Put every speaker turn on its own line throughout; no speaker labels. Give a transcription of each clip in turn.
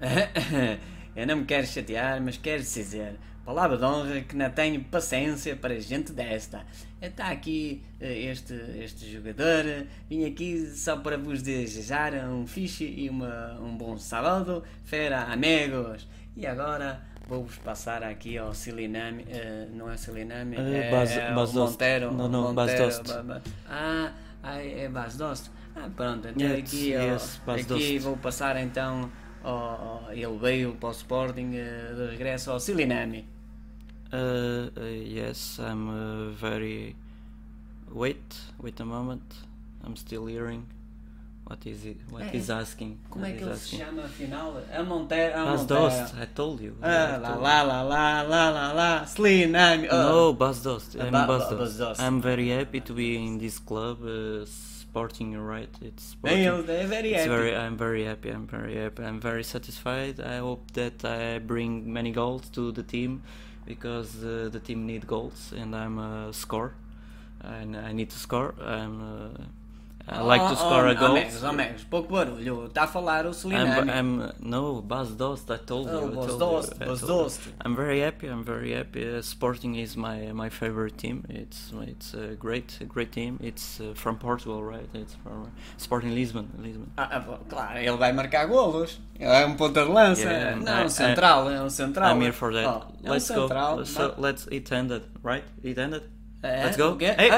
Eu não me quero chatear, mas quero dizer, palavra de honra, que não tenho paciência para gente desta. Está aqui eh, este, este jogador, eh, vim aqui só para vos desejar um fixe e uma, um bom sábado, fera amigos. E agora vou-vos passar aqui ao Silinami, eh, não é Silinami,
Eh,
é,
Bas-
é o
Basdost.
Montero.
Não, não,
Montero,
Basdost.
Ba- ba- Ah, ah, é Basdost. Ah, pronto, então
Yes,
aqui, ó,
yes, Basdost.
aqui vou passar então, ao, ao- ele veio para o Sporting eh, de regresso ao Silinami.
Uh, uh, yes, I'm uh, very. Wait, wait a moment. I'm still hearing. What is it?
Eh,
What he's asking?
Como
What
é que
he's
ele se
asking?
chama afinal? É A Montero. A
Bas
Montero.
Dost. É, I told you. I
Ah, lá,
told-
lá, lá, lá, lá, lá, lá. Oh, Slinami.
No, Bas Dost. I'm
eh. Ba-
Bas
Ba-
Dost.
Bas Dost.
I'm very happy to be in this club. Uh, sporting, you're right. It's
Bem,
sporting.
ele é very
It's
happy.
very, I'm very happy. I'm very happy. I'm very satisfied. I hope that I bring many goals to the team because uh, the team need goals and I'm a scorer. And I need to score. I'm, uh, I like to
Oh,
score
oh,
a goal.
Oh, Megos, oh, Megos, pouco barulho. Está a falar o
I'm,
Slinami.
I'm no Bas Dost. I told
Oh,
you. I
Bas
told
Dost,
you, I
Bas
told you.
Dost.
I'm very happy. I'm very happy. Uh, Sporting is my my favorite team. It's it's a great great team. It's uh, from Portugal, right? It's from Sporting Lisbon, Lisbon.
Ah, ah, bom, claro, ele vai marcar golos. Ele é um ponta de lança.
Yeah,
não, é um
I-
central, é um central.
I'm here for that.
Oh, é um
let's go.
central.
So
Vai-
let's. It ended, right? It ended.
É,
let's go.
o quê?
Hey,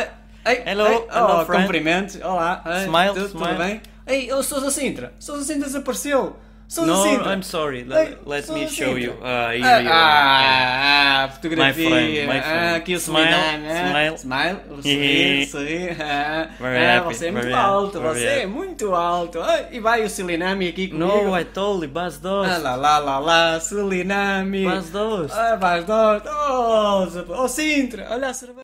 Ei, ei,
hello,
ei,
hello,
oh,
friend.
cumprimentos. Olá. ei,
Smile,
tudo,
smile.
Tudo bem? Ei, oh, Sousa Sintra. Sousa Sintra desapareceu. Sousa
No,
Sintra.
I'm sorry. Let,
Ei,
let
Sousa
me show
Sintra.
you. Uh, here
Ah,
you are.
ah, ah,
My
fotografia.
friend, my friend.
Ah, aqui o
Smile,
Suriname, ah,
smile.
Smile, sorrir, sorrir. Ah,
Very
ah,
happy,
você é muito
very happy,
alto,
very
você é
happy.
muito alto. Ah, e vai o Suriname aqui comigo.
No, I told you, Bas Dost.
Ah, lá, lá, lá, lá, Suriname.
Bas Dost.
Ah, Bas Dost. Oh, Zap- oh, Sintra, olha a cerveja.